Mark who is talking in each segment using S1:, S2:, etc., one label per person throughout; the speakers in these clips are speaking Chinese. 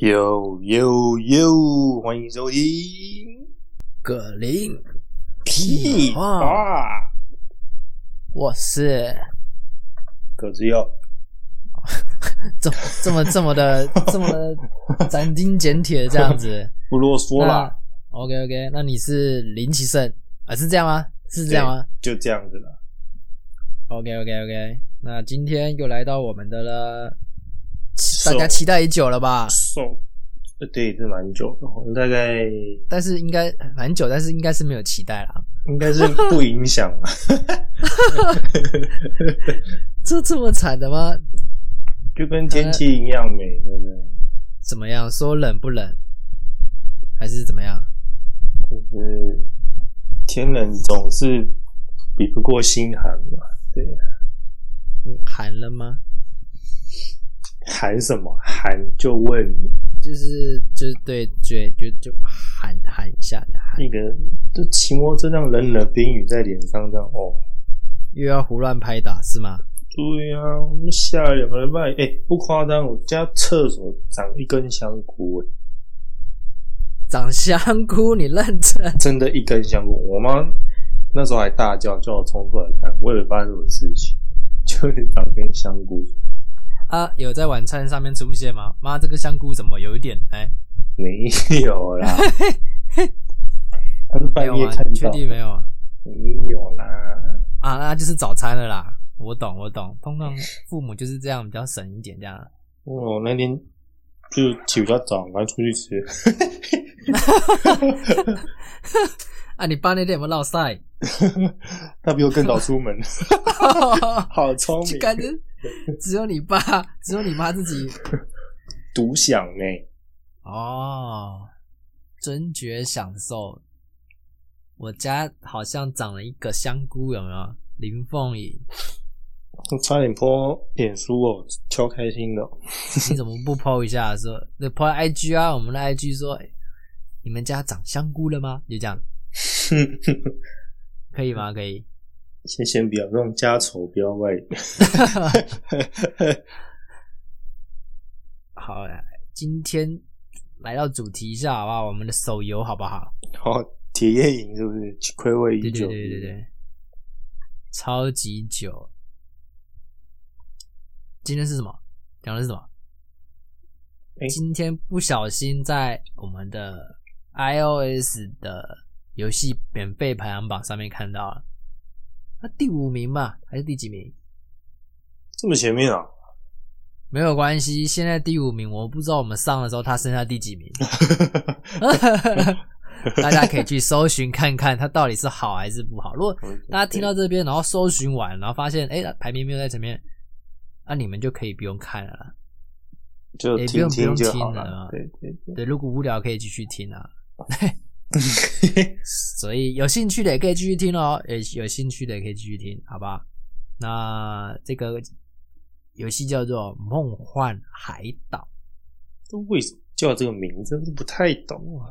S1: 呦呦呦！欢迎收听
S2: 葛林，
S1: 屁话，
S2: 我是
S1: 葛之佑。
S2: 这这么这么的这么的斩钉截铁这样子。
S1: 不啰嗦
S2: 那
S1: 啦，
S2: OK OK，那你是林奇胜啊？是这样吗？是这样啊吗
S1: 就这样子了。
S2: ？OK OK OK，那今天又来到我们的了，
S1: So-
S2: 大家期待已久了吧？
S1: 受，对，这蛮久的，我大概
S2: 但是应该蛮久，但是应该是没有期待啦。
S1: 应该是不影响啊 吧。
S2: 这这么惨的吗？
S1: 就跟天气一样美，对不对？
S2: 怎么样？说冷不冷？还是怎么样？
S1: 就是天冷总是比不过心寒嘛。对，
S2: 你寒了吗？
S1: 寒什么寒？就问你
S2: 就是就是对，就就就喊喊一下的喊，
S1: 一个，就骑摩托车这样冷冷冰雨在脸上这样哦。
S2: 又要胡乱拍打是吗？
S1: 对呀、啊，我们下了两个礼拜，哎、不夸张，我家厕所长一根香菇、哎
S2: 长香菇，你认真？
S1: 哎真的，一根香菇。我妈那时候还大叫，叫我冲过来看，我以为发生什么事情， 就是长根香菇，
S2: 啊，有在晚餐上面出现吗？妈，这个香菇怎么有一点哎？
S1: 没有 啦。他是
S2: 没
S1: 半
S2: 有
S1: 夜
S2: 啊
S1: 看，
S2: 你确
S1: 到，
S2: 定没有啊？
S1: 没有啦。
S2: 啊，那就是早餐了啦。我懂，我懂。通常父母就是这样，比较省一点这样。啊
S1: 我那天就起比较早，然后出去吃，
S2: 啊，你爸那天有没有落 晒？
S1: 他比我更早出 门，好聪
S2: 就
S1: 明，
S2: 感觉只有你爸，只有你妈自己
S1: 独享哎、
S2: 哦，真觉享受。我家好像长了一个香菇，有没有？林凤颖，
S1: 我差点泼脸书哦，超开心的哦、
S2: 你怎么不 PO 一下说？那 PO 在 IG 啊，我们的 IG 说，哎你们家长香菇了吗？就这样，可以吗？可以。
S1: 先先不要这种家丑不要外扬。
S2: 好，今天来到主题一下，好不好？我们的手游好不好？
S1: 好，铁夜营是不是亏位
S2: 对
S1: 已
S2: 对
S1: 久？
S2: 对对对，超级久。今天是什么？讲的是什么？
S1: 诶
S2: 今天不小心在我们的 iOS 的游戏免费排行榜上面看到了，它第五名嘛，还是第几名？
S1: 这么前面 啊？
S2: 没有关系，现在第五名，我不知道我们上的时候它剩下第几名， 大家可以去搜寻看看它到底是好还是不好。如果大家听到这边，然后搜寻完，然后发现哎、诶排名没有在前面，那、你们就可以不用看了啦。
S1: 就
S2: 哎也不
S1: 听
S2: 用
S1: 听
S2: 不用
S1: 就好
S2: 听了
S1: 了
S2: 啊。
S1: 对对对，
S2: 对，如果无聊可以继续听啊，所以有兴趣的也可以继续听哦，有有兴趣的也可以继续听，好吧？那这个游戏叫做《梦幻海岛》，
S1: 这为什么叫这个名字？不太懂啊。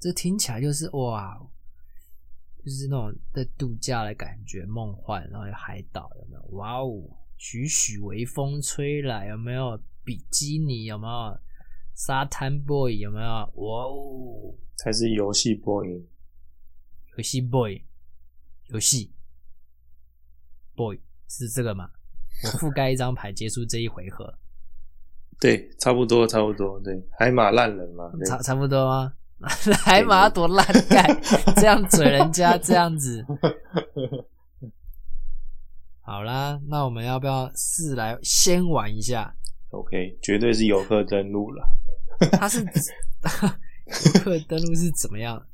S2: 这听起来就是哇，就是那种在度假的感觉，梦幻，然后有海岛，有没有？哇哦，徐徐微风吹来，有没有？比基尼有没有？沙滩 boy 有没有？哇哦，
S1: 还是游戏播音？
S2: 游戏 boy，游戏 boy 是这个吗？我覆盖一张牌，结束这一回合，
S1: 对，差不多，差不多。对，海马烂人嘛。对
S2: 差差不多吗？来嘛，多烂盖，这样嘴人家这样子。好啦，那我们要不要试来先玩一下？
S1: ，OK，绝对是游客登录了。
S2: 它是游客登录是怎么样？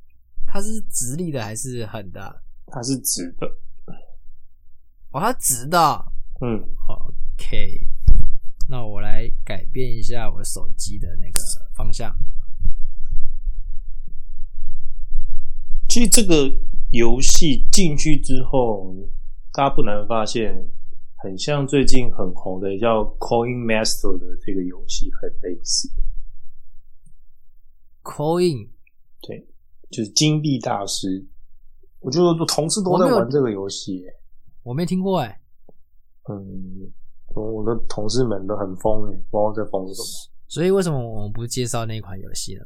S2: 它是直立的还是横的啊、
S1: 它是直的，
S2: 我要哦直的。啊
S1: 嗯，
S2: OK，那我来改变一下我手机的那个方向。
S1: 其实这个游戏进去之后，大家不难发现，很像最近很红的叫 Coin Master 的这个游戏很类似，
S2: Coin，
S1: 对，就是金币大师。我觉得我同事都在玩这个游戏耶、
S2: 我没听过哎、
S1: 嗯，我我的同事们都很疯哎、不知道在疯什么。
S2: 所以为什么我们不介绍那款游戏呢？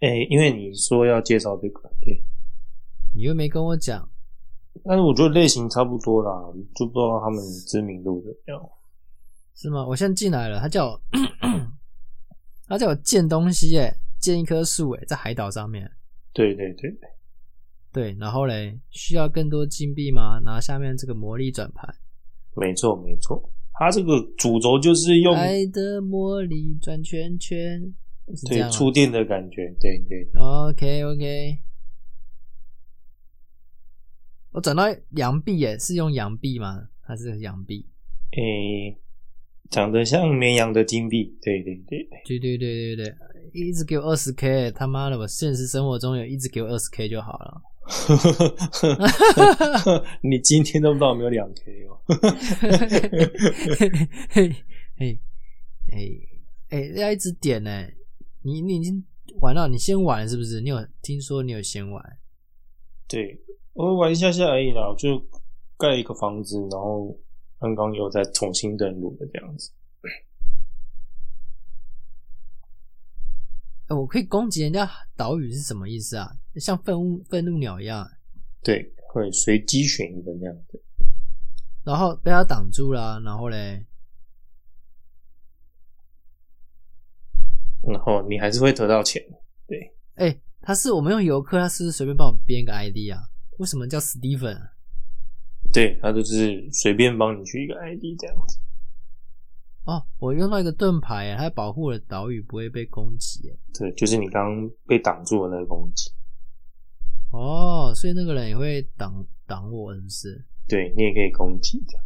S1: 哎、因为你说要介绍这个，对，
S2: 你又没跟我讲。
S1: 但是我觉得类型差不多啦，就不知道他们知名度怎么样。
S2: 是吗？我现在进来了，他叫我，他叫我建东西耶、建一棵树哎、在海岛上面。
S1: 对对对，
S2: 对，然后嘞，需要更多金币吗？然后下面这个魔力转盘，
S1: 没错没错，它这个主轴就是用
S2: 爱的魔力转圈圈，是这
S1: 对
S2: 样、啊。
S1: 触电的感觉，对对
S2: OK OK，我转到羊币耶，是用羊币吗？它是羊币，
S1: 诶、长得像绵羊的金币，对对对，
S2: 对对对对对，一直给我二十 K，他妈的，我现实生活中有一直给我二十 K 就好了。
S1: 你今天都不知道有没有两 K 哦，
S2: 嘿 嘿嘿嘿嘿，要一直点呢，你你已经玩到，你先玩是不是？你有听说你有先玩？
S1: 对我玩一下下而已啦，我就盖一个房子，然后刚刚又再重新登录的这样子。
S2: 哎、我可以攻击人家岛屿是什么意思啊？像愤怒愤怒鸟一样，
S1: 对，会随机选一个那样子。
S2: 然后被他挡住了、啊然后嘞，
S1: 然后你还是会得到钱。
S2: 哎、他是我们用游客，他是不是随便帮我编一个 ID 啊？为什么叫 Steven？啊
S1: 对，他就是随便帮你去一个 ID 这样子。
S2: 哦，我用到一个盾牌，它保护了岛屿不会被攻击。
S1: 对，就是你刚刚被挡住的那个攻击。
S2: 哦，所以那个人也会挡挡我，是不是？
S1: 对你也可以攻击这样。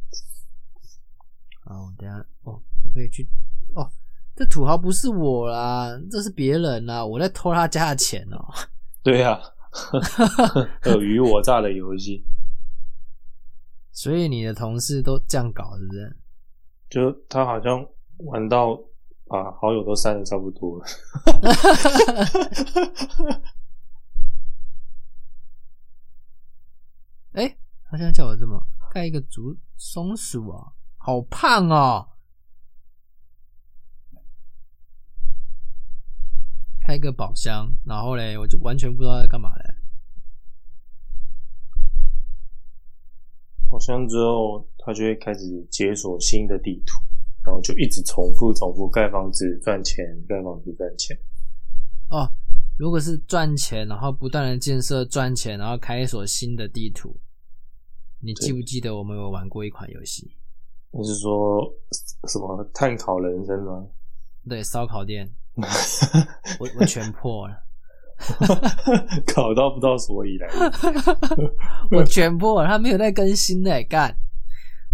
S2: 好，我等一下哦，我可以去哦。这土豪不是我啦，这是别人啦，我在偷他家的钱哦。
S1: 对啊，尔虞我诈的游戏，
S2: 所以你的同事都这样搞，是不是？
S1: 就他好像玩到把好友都删的差不多了。
S2: 哎、他现在叫我这么盖一个竹松鼠哦，好胖哦！开一个宝箱，然后嘞，我就完全不知道在干嘛嘞。
S1: 好像之后他就会开始解锁新的地图，然后就一直重复重复盖房子赚钱，盖房子赚钱。
S2: 哦，如果是赚钱，然后不断的建设赚钱，然后开一所新的地图，你记不记得我们有玩过一款游戏？
S1: 你是说什么探讨人生吗？
S2: 对，烧烤店，我我全破了，
S1: 搞到不知道所以然。
S2: 我全破了，它没有在更新呢，干！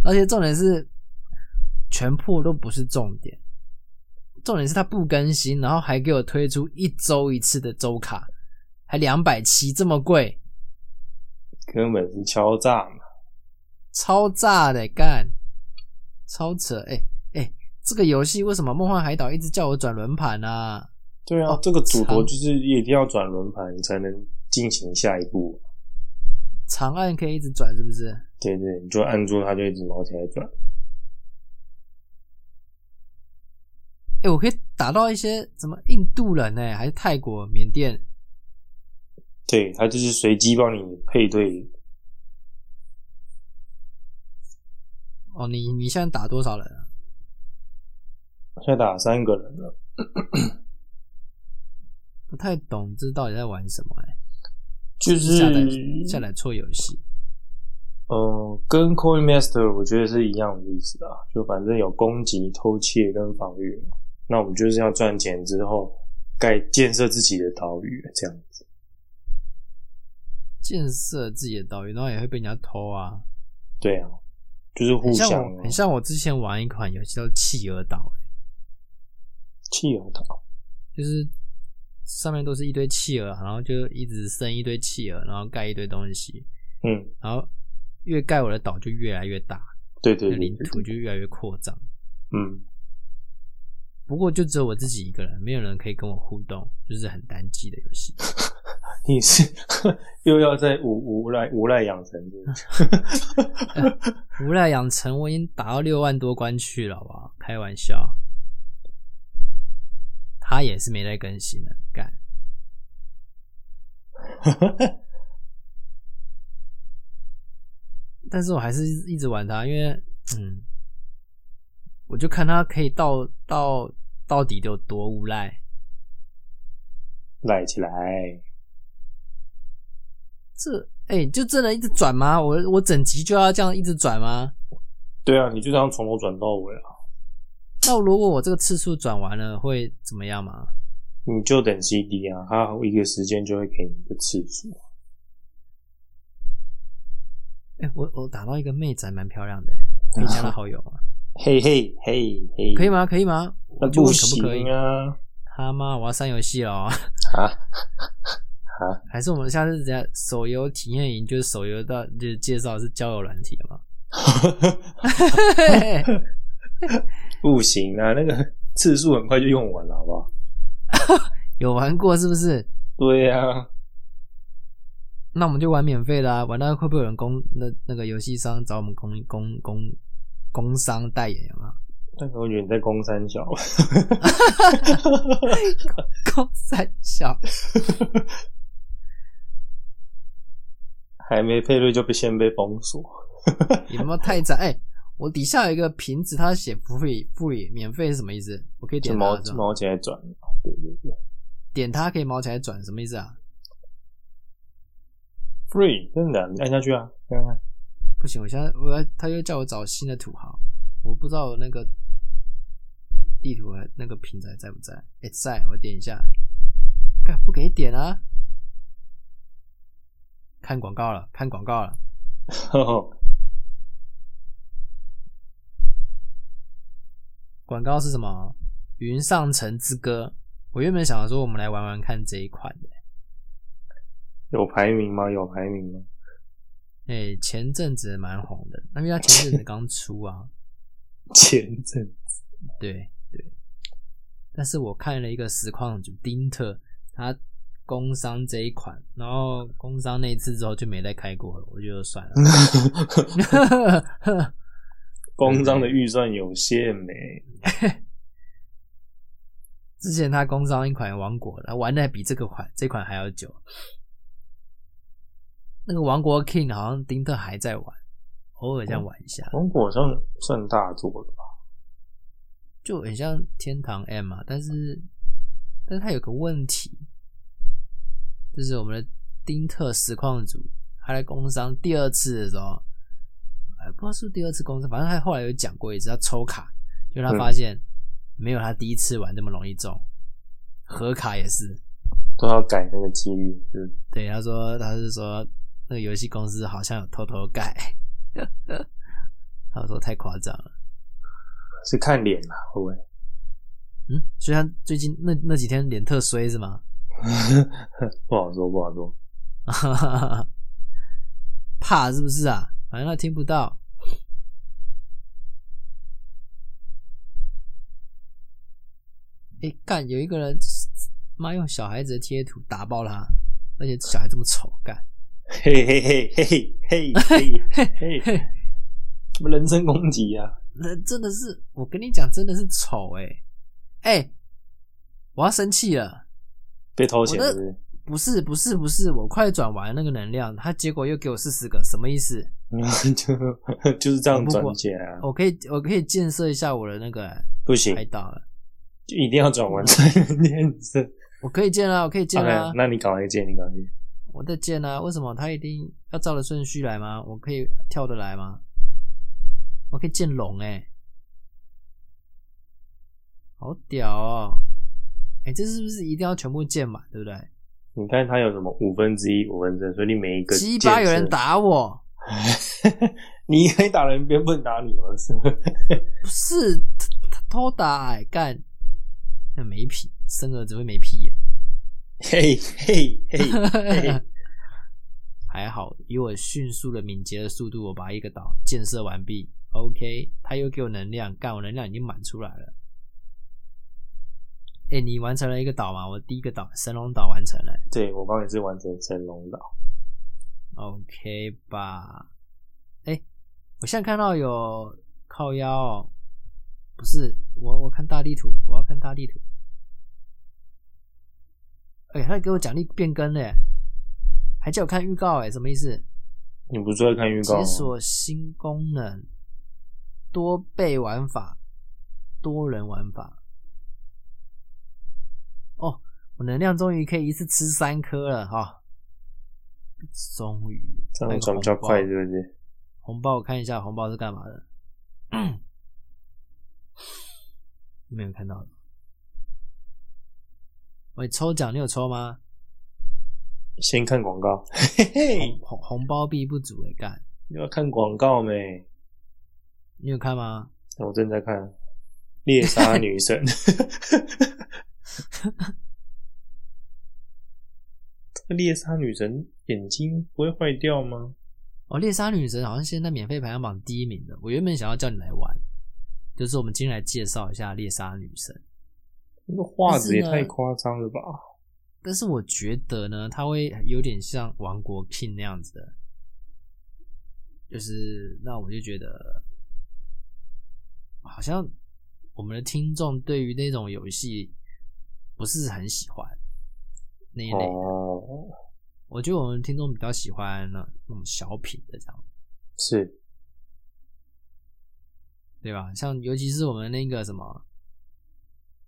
S2: 而且重点是，全破都不是重点，重点是它不更新，然后还给我推出一周一次的周卡，还两百七，这么贵，
S1: 根本是敲诈嘛。
S2: 超炸的干，超扯！哎、哎、这个游戏为什么梦幻海岛一直叫我转轮盘啊？
S1: 对啊，
S2: 哦
S1: 这个主
S2: 长
S1: 轴就是一定要转轮盘，你才能进行下一步。
S2: 长按可以一直转是不是？
S1: 对对，你就按住它，就一直毛起来转。
S2: 哎、我可以打到一些什么印度人呢、还是泰国、缅甸？
S1: 对，它就是随机帮你配对。
S2: 哦，你你现在打多少人啊？
S1: 现在打三个人了，
S2: 不太懂这到底在玩什么哎、
S1: 就是是
S2: 下载
S1: 嗯
S2: 下载错游戏。
S1: 呃，跟 Coin Master 我觉得是一样的意思啦，就反正有攻击、偷窃跟防御嘛。那我们就是要赚钱之后盖建设自己的岛屿，这样子。
S2: 建设自己的岛屿，然后也会被人家偷啊！
S1: 对啊，就是互
S2: 很像
S1: 相啊
S2: 我，很像我之前玩一款游戏叫《企鹅岛》欸，
S1: 企鹅啊岛，
S2: 就是上面都是一堆企鹅，然后就一直生一堆企鹅，然后盖一堆东西，
S1: 嗯，
S2: 然后越盖我的岛就越来越大，
S1: 对
S2: 那
S1: 对对
S2: 领
S1: 对，
S2: 土就越来越扩张。
S1: 嗯，
S2: 不过就只有我自己一个人，没有人可以跟我互动，就是很单机的游戏。
S1: 你是 又要在无无赖无赖养成对不对
S2: 无赖养成我已经打到六万多关去了，好不好？开玩笑，他也是没在更新的，干。但是我还是一直玩它，因为嗯，我就看它可以到到到底有多无赖。
S1: 赖起来，
S2: 这哎、就真的一直转吗？我我整集就要这样一直转吗？
S1: 对啊，你就这样从头转到尾啊，
S2: 那如果我这个次数转完了，会怎么样吗？
S1: 你就等 CD 啊，它一个时间就会给你一个次数，
S2: 哎、我我打到一个妹子还蛮漂亮的、欸，可以加她好友吗？
S1: 嘿嘿嘿嘿，
S2: 可以？吗？可以吗？
S1: 那
S2: 我就
S1: 不
S2: 问可不可以
S1: 行？啊，
S2: 他妈，我要删游戏了哦！
S1: 啊，
S2: 还是我们下次直接手游体验营，就是手游到就是介绍是交友软体了吗？
S1: 不行啊，那个次数很快就用完了，好不好？
S2: 有玩过是不是？
S1: 对啊，
S2: 那我们就玩免费的啊，玩到会不会有人公那那个游戏商找我们公公公工商代言啊？
S1: 那个我觉得你在攻三小，
S2: 公三小，
S1: 还没配对就被先被封锁，
S2: 有没有太赞？哎、我底下有一个瓶子，它写 free free 免费是什么意思？我可以
S1: 就
S2: 点它
S1: 毛
S2: 是吧
S1: 毛起来转，对对对
S2: 点它可以毛起来转，什么意思啊？
S1: ，free 真的啊，你按下去啊， 看看，
S2: 不行，我现在我要他又叫我找新的土豪，我不知道我那个地图还那个瓶子还在不在？哎、在，我点一下，干不给点啊？看广告了，看广告了，
S1: 呵呵
S2: 广告是什么？云上城之歌。我原本想说我们来玩玩看这一款的，
S1: 有排名吗？有排名吗？
S2: 哎、前阵子蛮红的，那因为它前阵子刚出啊，
S1: 前阵
S2: 对对，但是我看了一个实况主丁特，他工商这一款，然后工商那一次之后就没再开过了， 我就算
S1: 子
S2: 了。
S1: 工商的预算有限呢、
S2: 之前他工商一款王国，他玩的比这个款这款还要久。那个王国 King 好像丁特还在玩，偶尔这样玩一下，
S1: 红果算算大作了吧？
S2: 就很像天堂 M 啊，但是，但是它有个问题，就是我们的丁特实况组他在工商第二次的时候，哎，不知道是不是第二次工商，反正他后来有讲过一次，他抽卡，就他发现没有他第一次玩那么容易中，合卡也是，
S1: 都要改那个几率，是
S2: 对，他说他是说那个游戏公司好像有偷偷改， 他说太夸张了。
S1: 是看脸啦，会不 会？
S2: 嗯，所以他最近那那几天脸特衰是吗？
S1: 不好说，不好说。
S2: 怕是不是啊？反正他听不到。哎、干，有一个人妈用小孩子的贴图打爆他，而且小孩这么丑，干，
S1: 嘿嘿嘿嘿嘿嘿嘿嘿，什么人身攻击啊？
S2: 人真的是，我跟你讲，真的是丑哎、哎、我要生气了。
S1: 被偷钱
S2: 我的
S1: 是不是？
S2: 不是不是不是，我快转完那个能量，他结果又给我四十个，什么意思？
S1: 就就是这样转起来啊，
S2: 我可以我可以建设一下我的那个
S1: 不行
S2: 拍，到了，
S1: 就一定要转 完才能验证。
S2: 我可以建啊，我可以建
S1: OK，
S2: 啊。
S1: 那你搞快见，你搞快见。
S2: 我在建啊，为什么他一定要照着顺序来吗？我可以跳得来吗？我可以建龙哎、好屌哦！哎、这是不是一定要全部建满，对不对？
S1: 你看他有什么五分之一、五分之二，所以你每一个
S2: 鸡巴有人
S1: 健身，
S2: 打我，
S1: 你可以打人，别人不能打你哦 嘛，是吗？
S2: 不是他他偷打哎、干，那没屁，生儿子会没屁眼、欸
S1: 嘿嘿嘿嘿，
S2: 还好，以我迅速的、敏捷的速度，我把一个岛建设完毕。OK，他又给我能量，干我能量已经满出来了。哎、你完成了一个岛吗？我第一个岛神龙岛完成了、
S1: 对我帮你是完成神龙岛，
S2: OK 吧？哎、我现在看到有靠腰、哦，不是我，我看大地图，我要看大地图。哎、他给我奖励变更嘞，还叫我看预告，哎，什么意思？
S1: 你不是在看预告
S2: 解
S1: 吗？
S2: 锁新功能，多倍玩法，多人玩法。哦，我能量终于可以一次吃三颗了哈！终于，
S1: 这
S2: 那
S1: 样
S2: 个
S1: 转比较
S2: 红包
S1: 快，是不是？
S2: 红包我看一下，红包是干嘛的？ 没有看到。喂，抽奖你有抽吗？
S1: 先看广告，嘿嘿
S2: 红，红红包币不足哎、干，
S1: 又要看广告没？
S2: 你有看吗？
S1: 我正在看《猎杀女神》 这个猎杀女神眼睛不会坏掉吗？
S2: 哦，猎杀女神好像现在免费排行榜第一名的。我原本想要叫你来玩，就是我们今天来介绍一下猎杀女神。
S1: 那个画质也
S2: 但是呢
S1: 太夸张了吧！
S2: 但是我觉得呢，它会有点像王国 King 那样子的，就是那我就觉得，好像我们的听众对于那种游戏不是很喜欢那一类的。
S1: 哦，
S2: 我觉得我们听众比较喜欢那那种小品的这样。
S1: 是
S2: 对吧？像尤其是我们那个什么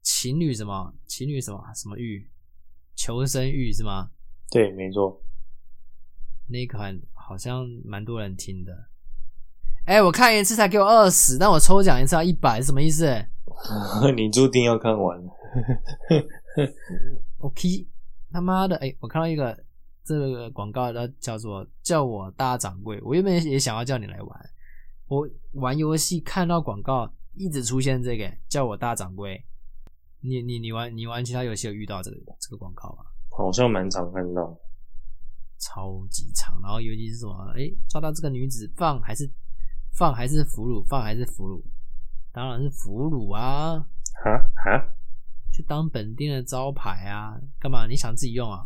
S2: 情侣什么情侣什么什么欲，求生欲是吗？
S1: 对，没错。
S2: 那一款好像蛮多人听的。哎、我看一次才给我二十，但我抽奖一次要一百，什么意思？
S1: 你注定要看完。
S2: 我 k 他妈的！哎、我看到一个这个广告，它叫做“叫我大掌柜”。我原本也想要叫你来玩，我玩游戏看到广告一直出现这个“叫我大掌柜”你。你你玩你玩其他游戏有遇到这个这个广告吗？
S1: 好像蛮常看到，
S2: 超级长，然后尤其是什么，哎、抓到这个女子放还是放还是俘虏，放还是俘虏，当然是俘虏啊，
S1: 哈哈、
S2: 就当本店的招牌啊，干嘛？你想自己用啊？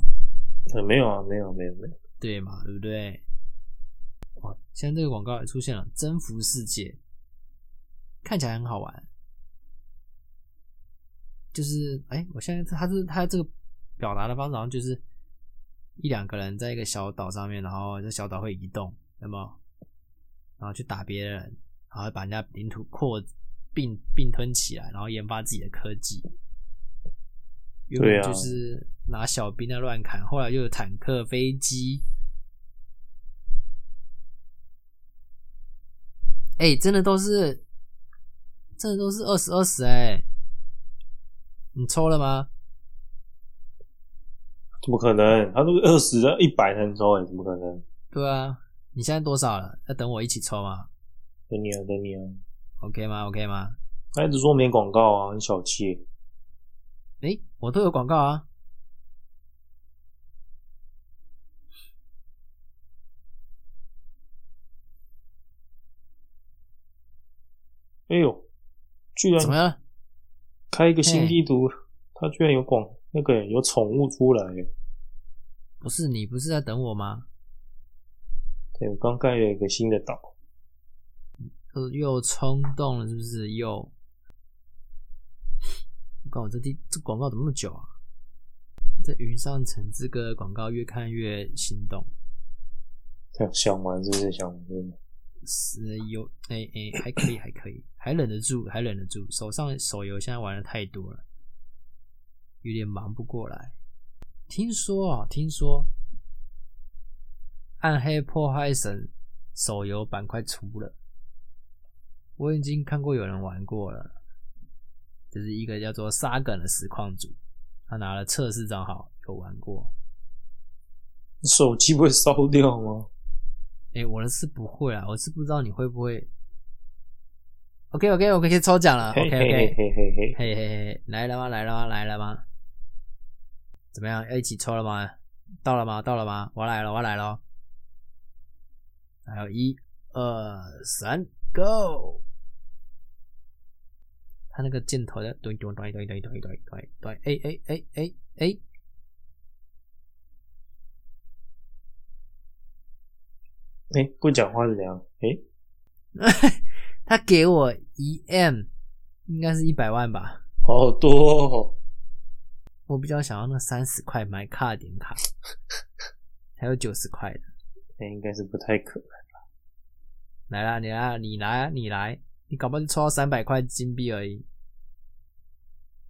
S1: 呃没有啊，没有，没有，没有。
S2: 对嘛，对不对？哇，现在这个广告也出现了，征服世界，看起来很好玩。就是，哎，我现在他是他这个表达的方式，好像就是一两个人在一个小岛上面，然后这小岛会移动，那么然后去打别人，然后把人家领土扩并并吞起来，然后研发自己的科技。原
S1: 对
S2: 本
S1: 啊
S2: 就是拿小兵在乱砍，后来又有坦克、飞机。哎、真的都是，真的都是二十二十哎。你抽了吗？
S1: 怎么可能？他都二十的，一百才能抽哎，怎么可能？
S2: 对啊，你现在多少了？要等我一起抽吗
S1: 等你啊，等你啊！
S2: ？OK 吗？OK 吗？
S1: 他一直说没广告啊，很小气。
S2: 哎、我都有广告啊。
S1: 哎呦，居然
S2: 怎么样？
S1: 开一个新
S2: 嘿
S1: 地图，它居然有广那个耶有宠物出来耶。
S2: 不是你不是在等我吗？
S1: 对，我刚盖了一个新的岛，
S2: 又又冲动了，是不是？又，看我这地这广告怎么那么久啊？这《云上城之歌》广告越看越心动，
S1: 想想玩是不是？想玩是不是
S2: 是有哎哎、还可以，还可以，还忍得住，还忍得住。手上手游现在玩的太多了，有点忙不过来。听说啊，听说《暗黑破坏神》手游版快出了，我已经看过有人玩过了，就是一个叫做沙梗的实况组，他拿了测试账号有玩过，
S1: 手机不会烧掉吗？
S2: 哎、我的是不会啊，我是不知道你会不会。OK OK，我可以先抽奖了。OK
S1: 嘿嘿嘿
S2: OK，
S1: 嘿嘿嘿，
S2: 嘿嘿嘿，来了吗？来了吗？来了吗？怎么样？要一起抽了吗？到了吗？到了吗？我来了，我来了。哦还有一、二、三，Go！他那个箭头的，对对对对对对对对对，哎哎哎哎哎，
S1: 哎、不讲话是怎样？哎、
S2: 他给我一 M，应该是一百万吧？
S1: 好多、哦，
S2: 我比较想要那三十块买卡点卡，还有九十块的。
S1: 那、哎应该是不太可能。
S2: 来啦，你来啦，你来啊，你来，你搞不好就抽到三百块金币而已。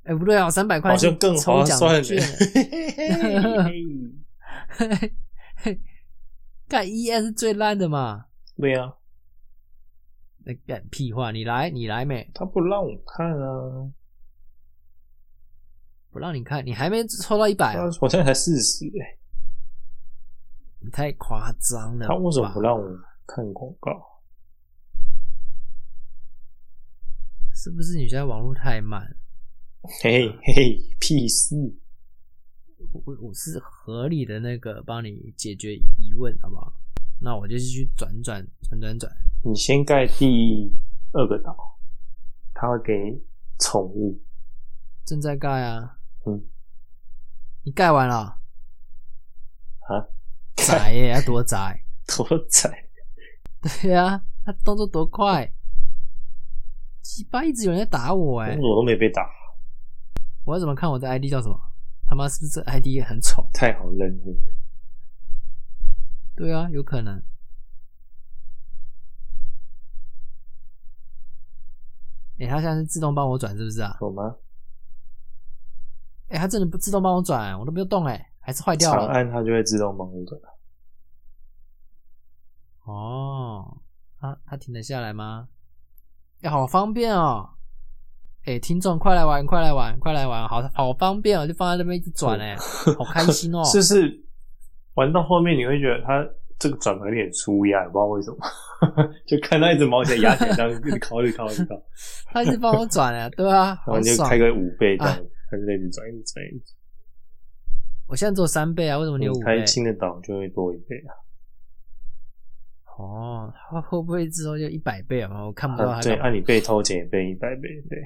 S2: 哎、不对啊，三百块
S1: 好像
S2: 是
S1: 更
S2: 抽
S1: 划
S2: 奖
S1: 算欸
S2: 券
S1: 了。嘿嘿嘿嘿
S2: 欸。干 E N 是最烂的嘛？
S1: 对呀、啊，
S2: 那、干屁话，你来，你来没？
S1: 他不让我看啊，
S2: 不让你看，你还没抽到一百、啊
S1: 他，好像才四十哎，
S2: 你太夸张了吧。
S1: 他为什么不让我看广告？
S2: 是不是你现在网络太慢？
S1: 嘿嘿嘿，屁事！
S2: 我我我是合理的那个帮你解决疑问，好不好？那我就继续转转转转转。
S1: 你先盖第二个岛，他会给宠 物。
S2: 正在盖啊。
S1: 嗯。
S2: 你盖完了？
S1: 啊？
S2: 宅耶、要多宅？
S1: 多仔，
S2: 对啊，他动作多快！鸡巴一直有人在打我哎、
S1: 我都没被打，
S2: 我要怎么看我的 ID 叫什么？他妈是不是这 ID 很丑？
S1: 太好认了。
S2: 对啊，有可能。哎、他现在是自动帮我转是不是啊？
S1: 有吗？
S2: 哎、他真的不自动帮我转、我都不用动哎、还是坏掉
S1: 长
S2: 了。
S1: 按它就会自动帮我转。
S2: 哦，他他停得下来吗？哎、好方便哦！哎、听众快来玩，快来玩，快来玩，好好方便哦，就放在那边一直转哎、好开心 哦！
S1: 是是，玩到后面你会觉得它这个转盘有点粗压，也不知道为什么，就看它一直毛起来压起来，这样一直敲，一直敲，一直敲，
S2: 他一直帮我转 啊，对啊，
S1: 然后
S2: 好
S1: 你就
S2: 爽啊
S1: 开！个五倍这样子，它就一直转，一直转，一直转。
S2: 我现在只有三倍啊，为什么你有五
S1: 你
S2: 倍
S1: 开？新的岛就会多一倍啊。
S2: 哦，他会不会之后就一百倍啊？我看不到
S1: 啊
S2: 他
S1: 对，
S2: 干嘛，
S1: 按你被偷钱也被一百倍，对。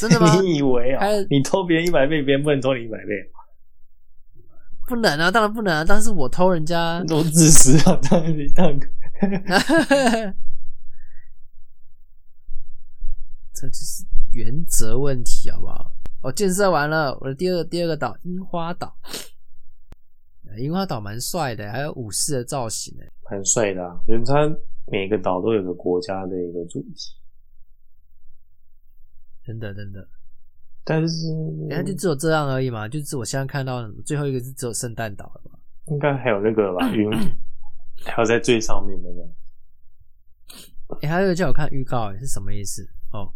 S2: 真的吗？
S1: 你以为啊
S2: 还有？
S1: 你偷别人一百倍，别人不能偷你一百倍，哦
S2: 不能啊，当然不能啊，但是我偷人家
S1: 那，都自私啊！ 当然，当然，
S2: 这就是原则问题，好不好？我建设完了，我的第二个第二个岛樱花岛，呃樱花岛蛮帅的，还有武士的造型哎呢。
S1: 蛮帅的啊。就是它每个岛都有个国家的一个主题，
S2: 真的真的，
S1: 但是嗯
S2: 人哎家就只有这样而已嘛，就是我现在看到的最后一个是只有圣诞岛了嘛。
S1: 应该还有那个吧，云还有在最上面的那个，
S2: 哎、他这个叫我看预告、哎诶是什么意思？哦，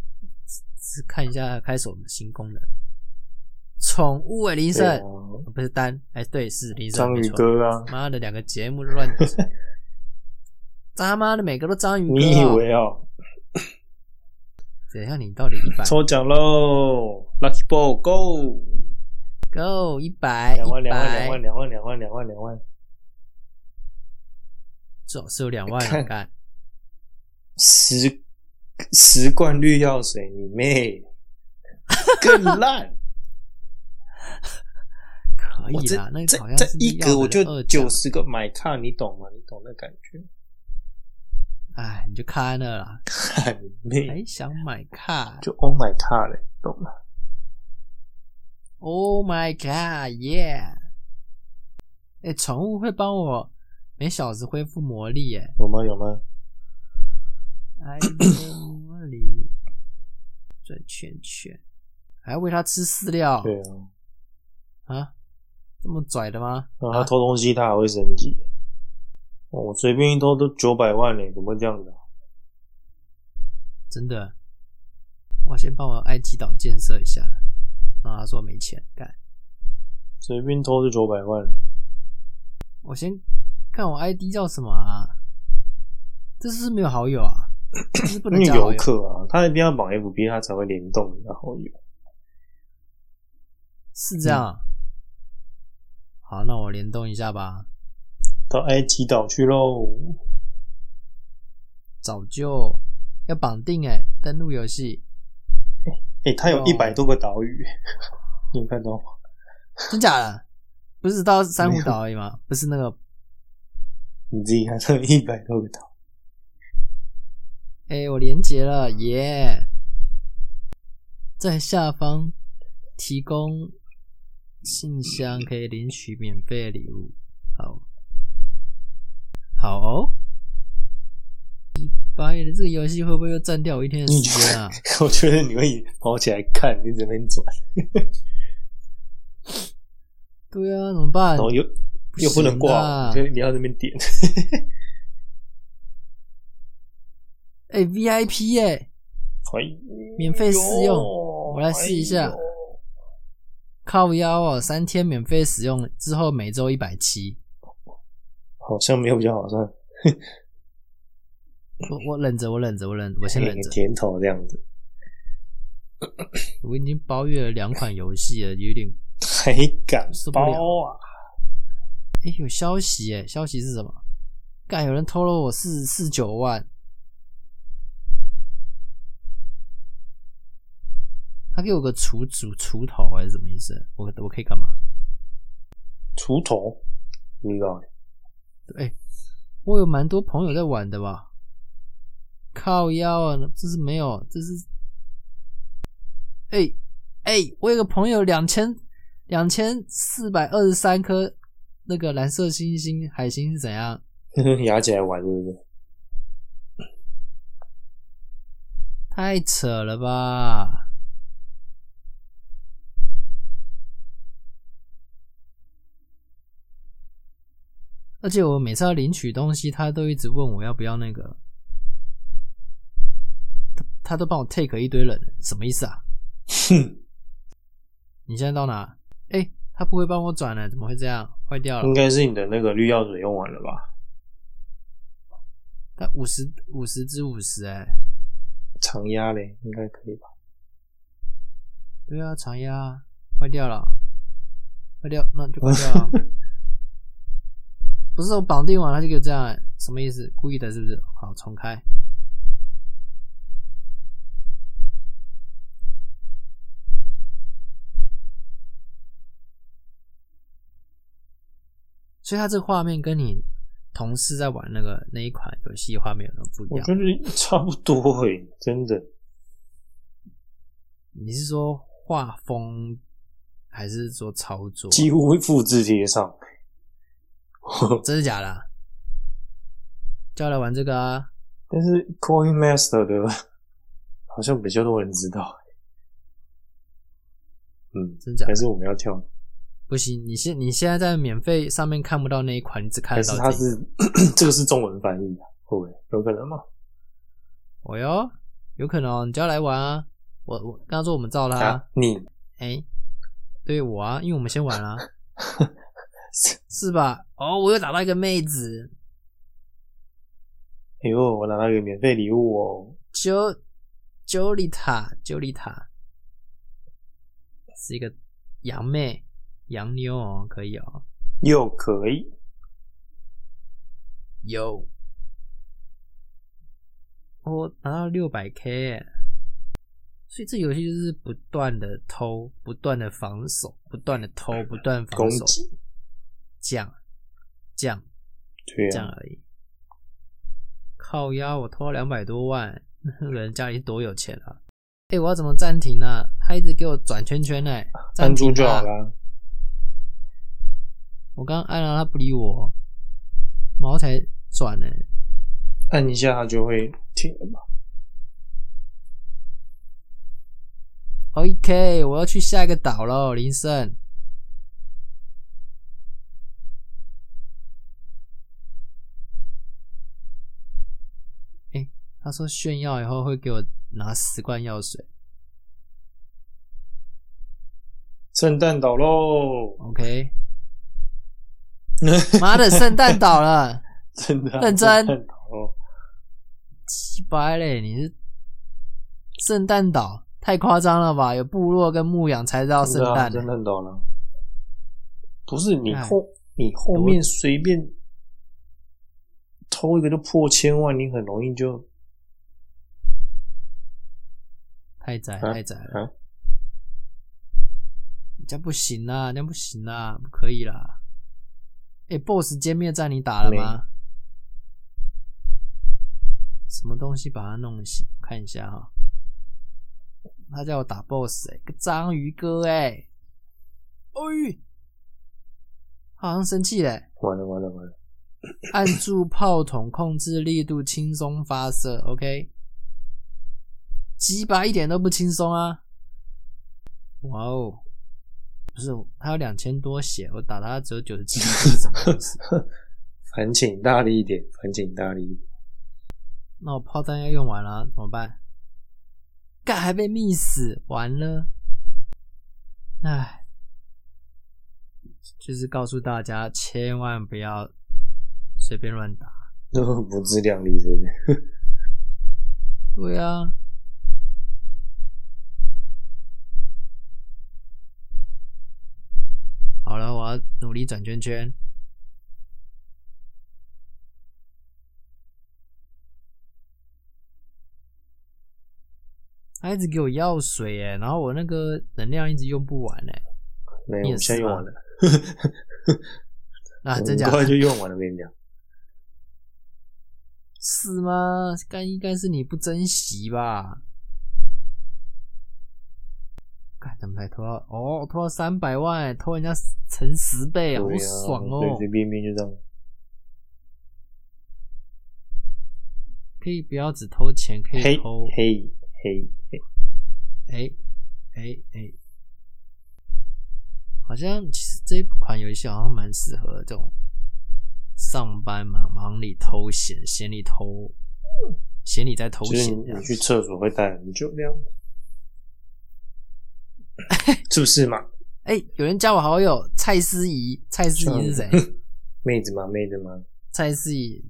S2: 是是看一下开始我们新功能，宠物哎、林
S1: 对啊
S2: 森、哦不是丹，哎、对，是林森，
S1: 章
S2: 没
S1: 鱼
S2: 错
S1: 哥啊，
S2: 妈的，两个节目乱， 他妈的每个都章鱼哥、
S1: 你以？为哦？
S2: 等一下，你到底一百
S1: 抽奖喽！Lucky Ball Go，
S2: ？Go 一百
S1: 两万
S2: 哎一
S1: 两万两
S2: 百
S1: 万，两万两万两万两万，
S2: 至少是有两万啊
S1: 看
S2: 干。
S1: 十十罐绿药水，你妹， 更烂！
S2: 可
S1: 我
S2: 以
S1: 这
S2: 啦，那
S1: 这
S2: 个好像
S1: 这
S2: 是
S1: 一
S2: 利奥
S1: 格我
S2: 的
S1: 就
S2: 二
S1: 九
S2: 奖，
S1: 十个买卡，你懂吗？你懂那感觉？
S2: 哎，你就看了啦，
S1: 看妹，
S2: 还想买卡
S1: 就 Oh my God 嘞，懂吗？
S2: ？Oh my god，yeah！哎，宠物会帮我每小时恢复魔力耶，
S1: 有吗？有吗？
S2: 哎， 魔力转圈圈，还要喂它吃饲料
S1: 对啊，
S2: 啊？这么拽的吗？啊
S1: 然后他偷东西，他还会生气。哦我随便一偷都九百万嘞，怎么会这样子啊？
S2: 真的，我先帮我埃及岛建设一下。然后他说没钱干，
S1: 随便偷就九百万了，
S2: 我先看我 ID 叫什么啊？这是不是没有好友啊？这是不
S1: 因
S2: 能
S1: 为
S2: 加好
S1: 游
S2: 友。
S1: 客啊，他一定要绑 FB，他才会联动你的好友。
S2: 是这样啊、好，那我联动一下吧。
S1: 到埃及岛去喽，
S2: 早就要绑定哎、登录游戏，
S1: 诶、它哎有
S2: 哦
S1: 一百多个岛屿， 你有看到吗？
S2: 真假的？不是到珊瑚岛而已吗？不是那个
S1: 你自己看，它有一百多个岛。
S2: 哎、我连接了，耶、在下方提供信箱，可以领取免费的礼物。好，好哦。八爷的这个游戏会不会又占掉我一天的时间啊？
S1: 我觉得你会跑起来看，你这边转，
S2: 对啊，怎么办
S1: 然？后又又不能
S2: 行
S1: 挂
S2: 啊，
S1: 就你要那边点。
S2: 哎、v i p 耶、
S1: 哎，
S2: 免费试用
S1: 哟
S2: 我来试一下
S1: 哎呦
S2: 靠腰哦，三天免费使用之后，每周一百七。
S1: 好像没有比较好算，
S2: 我我忍着，我忍着，我忍，我先 忍着。
S1: 甜头这样子，
S2: 我已经包月了两款游戏了，有点
S1: 还敢
S2: 受不了
S1: 包啊？
S2: 哎、有消息哎、消息是什么？干，有人偷了我四四九万，他给我个锄锄锄头还是什么意思？我我可以干嘛？
S1: 锄头，不知道
S2: 我有蛮多朋友在玩的吧？靠腰啊，这是没有，这是，哎、哎、我有个朋友两千两千四百二十三颗那个蓝色星星海星是怎样？
S1: 欸牙起来玩是不是？
S2: 太扯了吧！而且我每次要领取东西，他都一直问我要不要那个，他他都帮我 take 一堆人了，什么意思啊？
S1: 哼，
S2: 你现在到哪？哎、他不会帮我转了，怎么会这样？坏掉
S1: 应
S2: 了！
S1: 该是你的那个绿药水用完了吧？
S2: 他五十五十至五十，哎，
S1: 长压嘞，应该可以吧？
S2: 对啊，长压啊坏掉了，坏掉，那 就坏掉了。不是我绑定完他就给我这样、欸，什么意思？故意的是不是？好，重开。所以他这个画面跟你同事在玩那个那一款游戏画面有什么不一
S1: 我
S2: 样
S1: 觉？得差不多诶、真的。
S2: 你是说画风，还是说操作？
S1: 几乎会复制贴上。
S2: 真的假的啊、叫来玩这个啊？
S1: 但是 Coin Master 的好像比较多人知道。嗯，
S2: 真假的
S1: 还是我们要跳？
S2: 不行，你现你现在在免费上面看不到那一款，你只看
S1: 还
S2: 得
S1: 是
S2: 到
S1: 它
S2: 这一
S1: 是 这个是中文翻译啊？会不会有可能吗？
S2: 哦哟，有可能哦、你叫来玩啊！我我刚刚说我们照啦、啊，
S1: 你
S2: 哎、对我啊，因为我们先 玩啦、是吧？哦，我又打到一个妹子，
S1: 哎呦，我拿到一个免费礼物哦！
S2: 九九里塔，九里塔是一个洋妹，洋妞哦，可以哦，
S1: 又可以，
S2: 有，我拿哦到六百 K，所以这游戏就是不断的偷，不断的防守，不断的偷，不断
S1: 攻
S2: 防守，
S1: 击
S2: 这样这样
S1: 对
S2: 这样
S1: 啊，
S2: 而已。靠腰，我偷了两百多万，那个人家里多有钱啊！哎、我要怎么暂停呢、啊？他一直给我转圈圈呢、暂
S1: 弹珠
S2: 停
S1: 就
S2: 啊
S1: 好啦。
S2: 我刚按了，他不理我，毛才转呢、
S1: 按一下它就会停了吧？
S2: OK，我要去下一个岛喽，林森。诶，他说炫耀以后会给我拿十罐药水。
S1: 圣诞岛喽！
S2: OK，妈的，圣诞岛了，
S1: 真的啊
S2: 认真
S1: 圣诞岛哦，
S2: 鸡掰嘞！你是圣诞岛，太夸张了吧？有部落跟牧羊才知道圣
S1: 真的啊
S2: 诞、
S1: 圣诞岛了。不是你
S2: 哎
S1: 后你后面随便偷一个就破千万，你很容易就
S2: 太窄
S1: 啊
S2: 太窄了，
S1: 啊
S2: 这样不行啦，这样不行啦，不可以啦！哎、b o s s 歼灭战你打了吗？什么东西把它弄醒？我看一下哈，他叫我打 BOSS 哎、个章鱼哥哎、欸，哦吁，他好像生气嘞、欸
S1: 完了完了完了。
S2: 按住炮筒控制力度，轻松发射。OK，鸡巴一点都不轻松啊！哇哦，不是，他有两千多血，我打他只有九十七， 什么意思？
S1: 反请大力一点，反请大力一点。
S2: 那我炮弹要用完了，啊怎么办？干还被密死，完了！唉，就是告诉大家，千万不要随便乱打。
S1: 不自量力，是不是？
S2: 对啊。好了，我要努力转圈圈。他一直给我药水耶，然后我那个能量一直用不完哎，
S1: 没
S2: 你
S1: 有，
S2: 也
S1: 我现在
S2: 是
S1: 用
S2: 吗
S1: 完了，
S2: 啊，
S1: 我
S2: 真
S1: 很
S2: 假的？
S1: 快就用完了。我跟你讲，
S2: 是吗？该应该是你不珍惜吧？干怎么才偷到？哦，偷到三百万，偷人家乘十倍，好
S1: 对啊呀
S2: 爽哦！
S1: 随随便便就这样。
S2: 可以不要只偷钱，可以
S1: 嘿
S2: 偷
S1: 嘿嘿，
S2: 哎哎哎，好像其实这一款游戏好像蛮适合这种上班嘛，忙里偷闲，闲里偷，闲里在偷
S1: 就是
S2: 闲
S1: 你
S2: 这样
S1: 你。去厕所会带，你就那 样，是不是嘛？
S2: 哎、有人加我好友，蔡思怡，蔡思怡 是谁？
S1: 妹子嘛，妹子嘛，
S2: 蔡思怡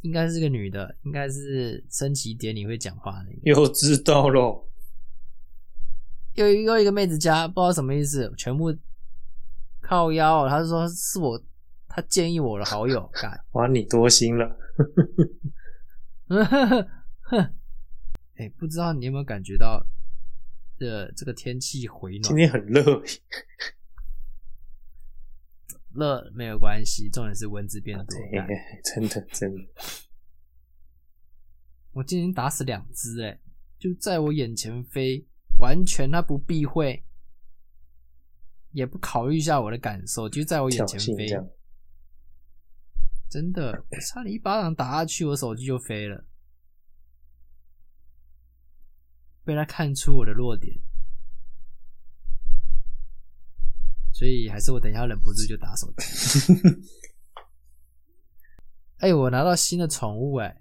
S2: 应该是个女的，应该是升旗典礼会讲话的。
S1: 又知道咯。
S2: 又又一个妹子加，不知道什么意思，全部靠腰。哦她说是我，她建议我的好友干。
S1: 哇，你多心了，
S2: 嗯哎、不知道你有没有感觉到这这个天气回
S1: 今
S2: 暖
S1: 天很热，
S2: 哎热没有关系，重点是蚊子变
S1: 啊
S2: 多。干
S1: 真的真的。
S2: 我今天打死两只，哎，就在我眼前飞，完全他不避讳，也不考虑一下我的感受，就在我眼
S1: 挑
S2: 前
S1: 衅
S2: 飞
S1: 这，样，
S2: 真的，我差点一巴掌打下去，我手机就飞了，被他看出我的弱点，所以还是我等一下忍不住就打手机。哎、我拿到新的宠物哎、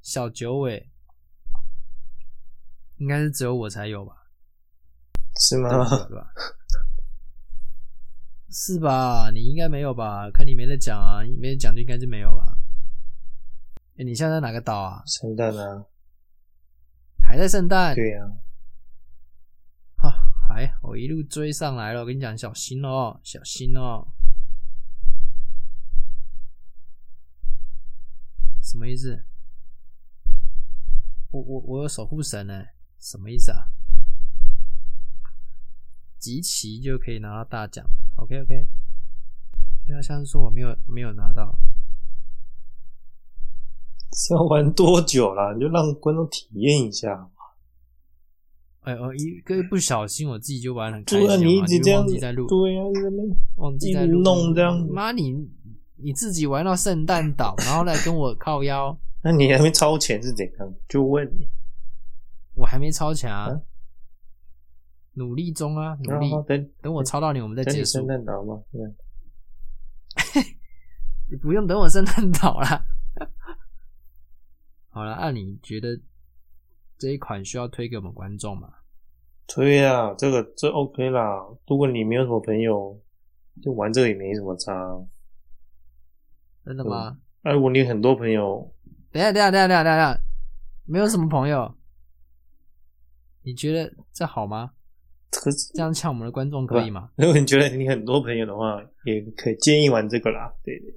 S2: 小九尾，应该是只有我才有吧？
S1: 是
S2: 对
S1: 吗？
S2: 吧？对吧是吧？你应该没有吧？看你没得讲啊，你没得讲就应该是没有吧？哎、你现在在哪个岛啊？
S1: 圣诞啊，
S2: 还在圣诞？
S1: 对呀、啊，
S2: 啊，还我一路追上来了，我跟你讲，小心哦，小心哦。什么意思？我我我有守护神呢、什么意思啊？集齐就可以拿到大奖。OK OK。对啊，像是说我没有没有拿到，
S1: 是要玩多久啦？你就让观众体验一下。
S2: 哎、我一个不小心我自己就玩得很开
S1: 对
S2: 心
S1: 啊，
S2: 了，
S1: 你一直
S2: 就
S1: 这样
S2: 忘
S1: 子，
S2: 记在录，
S1: 对呀、啊，在那边
S2: 忘记在
S1: 一直
S2: 录
S1: 弄这样
S2: 妈，你你自己玩到圣诞岛，然后来跟我靠腰，
S1: 那你还没超前是怎样？就问你，
S2: 我还没超前啊
S1: 啊，
S2: 努力中啊，努
S1: 然
S2: 力。
S1: 后等
S2: 等我超到你，我们再
S1: 等
S2: 结
S1: 你
S2: 束
S1: 圣。诞岛吗？嗯
S2: 你不用等我圣诞岛啦。 好了，那、你觉得这一款需要推给我们观众吗？
S1: 对呀、这个这 OK 啦。如果你没有什么朋友，就玩这个也没什么差。
S2: 真的吗？
S1: 哎，我你很多朋友，
S2: 等一下，等一下，等一下，等一下，等一下，没有什么朋友，你觉得这好吗？
S1: 可是
S2: 这样呛我们的观众可以吗？
S1: 如果你觉得你很多朋友的话，也可以建议玩这个啦。对对，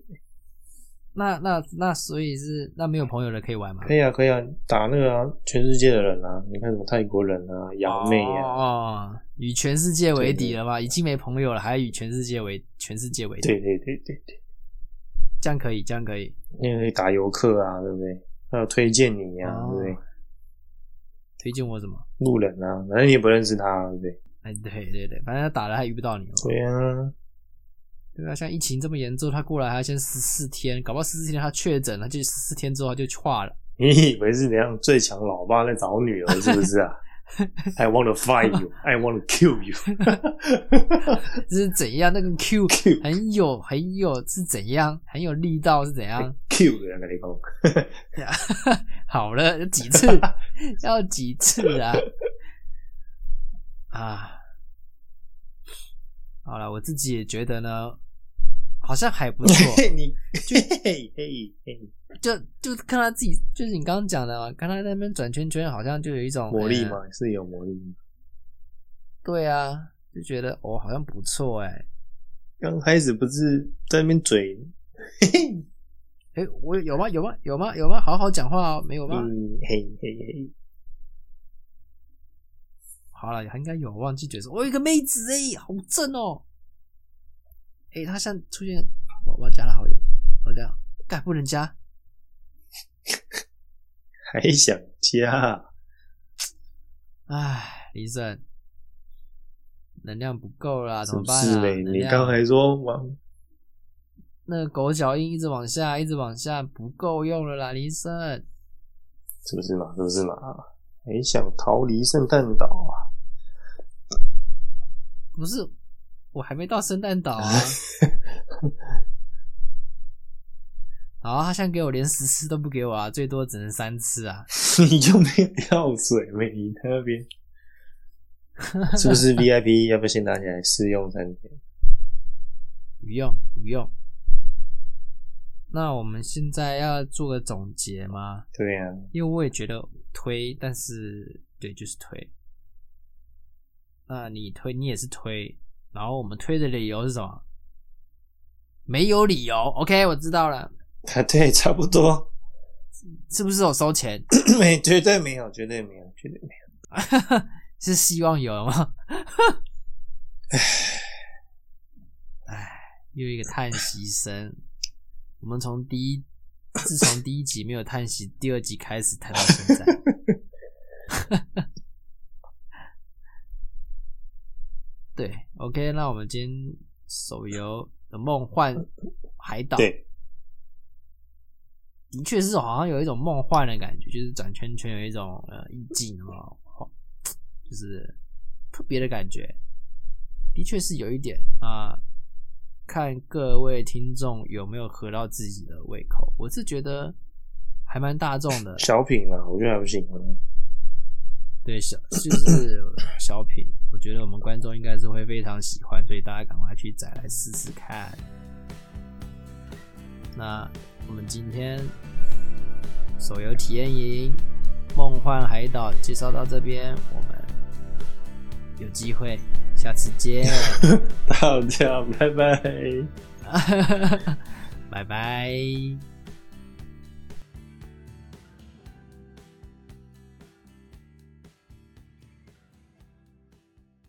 S2: 那那那，所以是那没有朋友的可以玩吗？
S1: 可以啊，可以啊，打那个啊，全世界的人啊，你看什么泰国人啊、洋妹啊，
S2: 哦，与全世界为敌了吗？已经没朋友了，还与全世界为全世界为敌，
S1: 对对对对对，
S2: 这样可以，这样可以。
S1: 你也可以打游客啊，对不对？还有推荐你啊，
S2: 哦
S1: 对不对？
S2: 推荐我什么？
S1: 路人啊，反正你也不认识他，对不对？
S2: 哎，对对对，反正他打了还遇不到你嘛。
S1: 对啊，
S2: 对啊，像疫情这么严重，他过来还要先十四天，搞不好十四天他确诊了，他就十四天之后他就化了。
S1: 你以为是怎样最强老爸在找女儿是不是 啊？I want to fight you, I want to kill you 。
S2: 这是怎样？那个 Q
S1: Q
S2: 很有很有是怎样？很有力道是怎样？
S1: Q 的那个地方，
S2: 好了，有 几次要几次啊？啊，好了，我自己也觉得呢，好像 还不错。
S1: 你嘿嘿嘿，
S2: 就就看他自己，就是你刚刚讲的嘛，看他在那边转圈圈，好像就有一种
S1: 魔力
S2: 呃
S1: 嘛，是有魔力吗。
S2: 对啊，就觉得哦，好像不错哎、
S1: 刚开始不是在那边嘴，嘿嘿
S2: 诶，我有吗？有吗？有吗？有吗？好好讲话哦，没有吗？
S1: 嗯嘿嘿嘿，
S2: 好了，应该有，忘记解释。我有一个妹子哎、好正哦、哎、她像出现，我我要加了好友，我这样干不能加，
S1: 还想家？
S2: 唉，李胜，能量不够啦，怎
S1: 是
S2: 么
S1: 不
S2: 办
S1: 是
S2: 啊？
S1: 嘞？
S2: 能
S1: 你
S2: 量
S1: 刚才说往
S2: 那个狗脚印一直往下，一直往下，不够用了啦，李胜。
S1: 是不是嘛？是不是嘛？还想逃离圣诞岛啊？
S2: 不是，我还没到圣诞岛 啊。啊，他现在给我连十次都不给我啊，最多只能三次啊。
S1: 你就没有药水没？你那边是不是 VIP？要不要先拿起来试用三天？
S2: 不用，不用。那我们现在要做个总结吗？
S1: 对呀、啊，
S2: 因为我也觉得推，但是对，就是推。那你推，你也是推，然后我们推的理由是什么？没有理由。OK，我知道了，
S1: 啊对，差不多，
S2: 是不是有收钱？
S1: 没绝对没有，绝对没有，绝对没有。
S2: 是希望有 吗？唉，又一个叹息声。我们从第一，自从第一集没有叹息，第二集开始叹到现在。 对，OK，那我们今天手游的梦幻海岛，
S1: 对，
S2: 的确是好像有一种梦幻的感觉，就是转圈圈有一种呃意境啊，哦就是特别的感觉，的确是有一点啊、看各位听众有没有合到自己的胃口，我是觉得还蛮大众的，
S1: 小品啊，我觉得还不行啊。
S2: 对小就是 小品，我觉得我们观众应该是会非常喜欢，所以大家赶快去载来试试看。那我们今天手游体验营《梦幻海岛》介绍到这边，我们有机会下次见，
S1: 大家拜拜。
S2: 拜拜。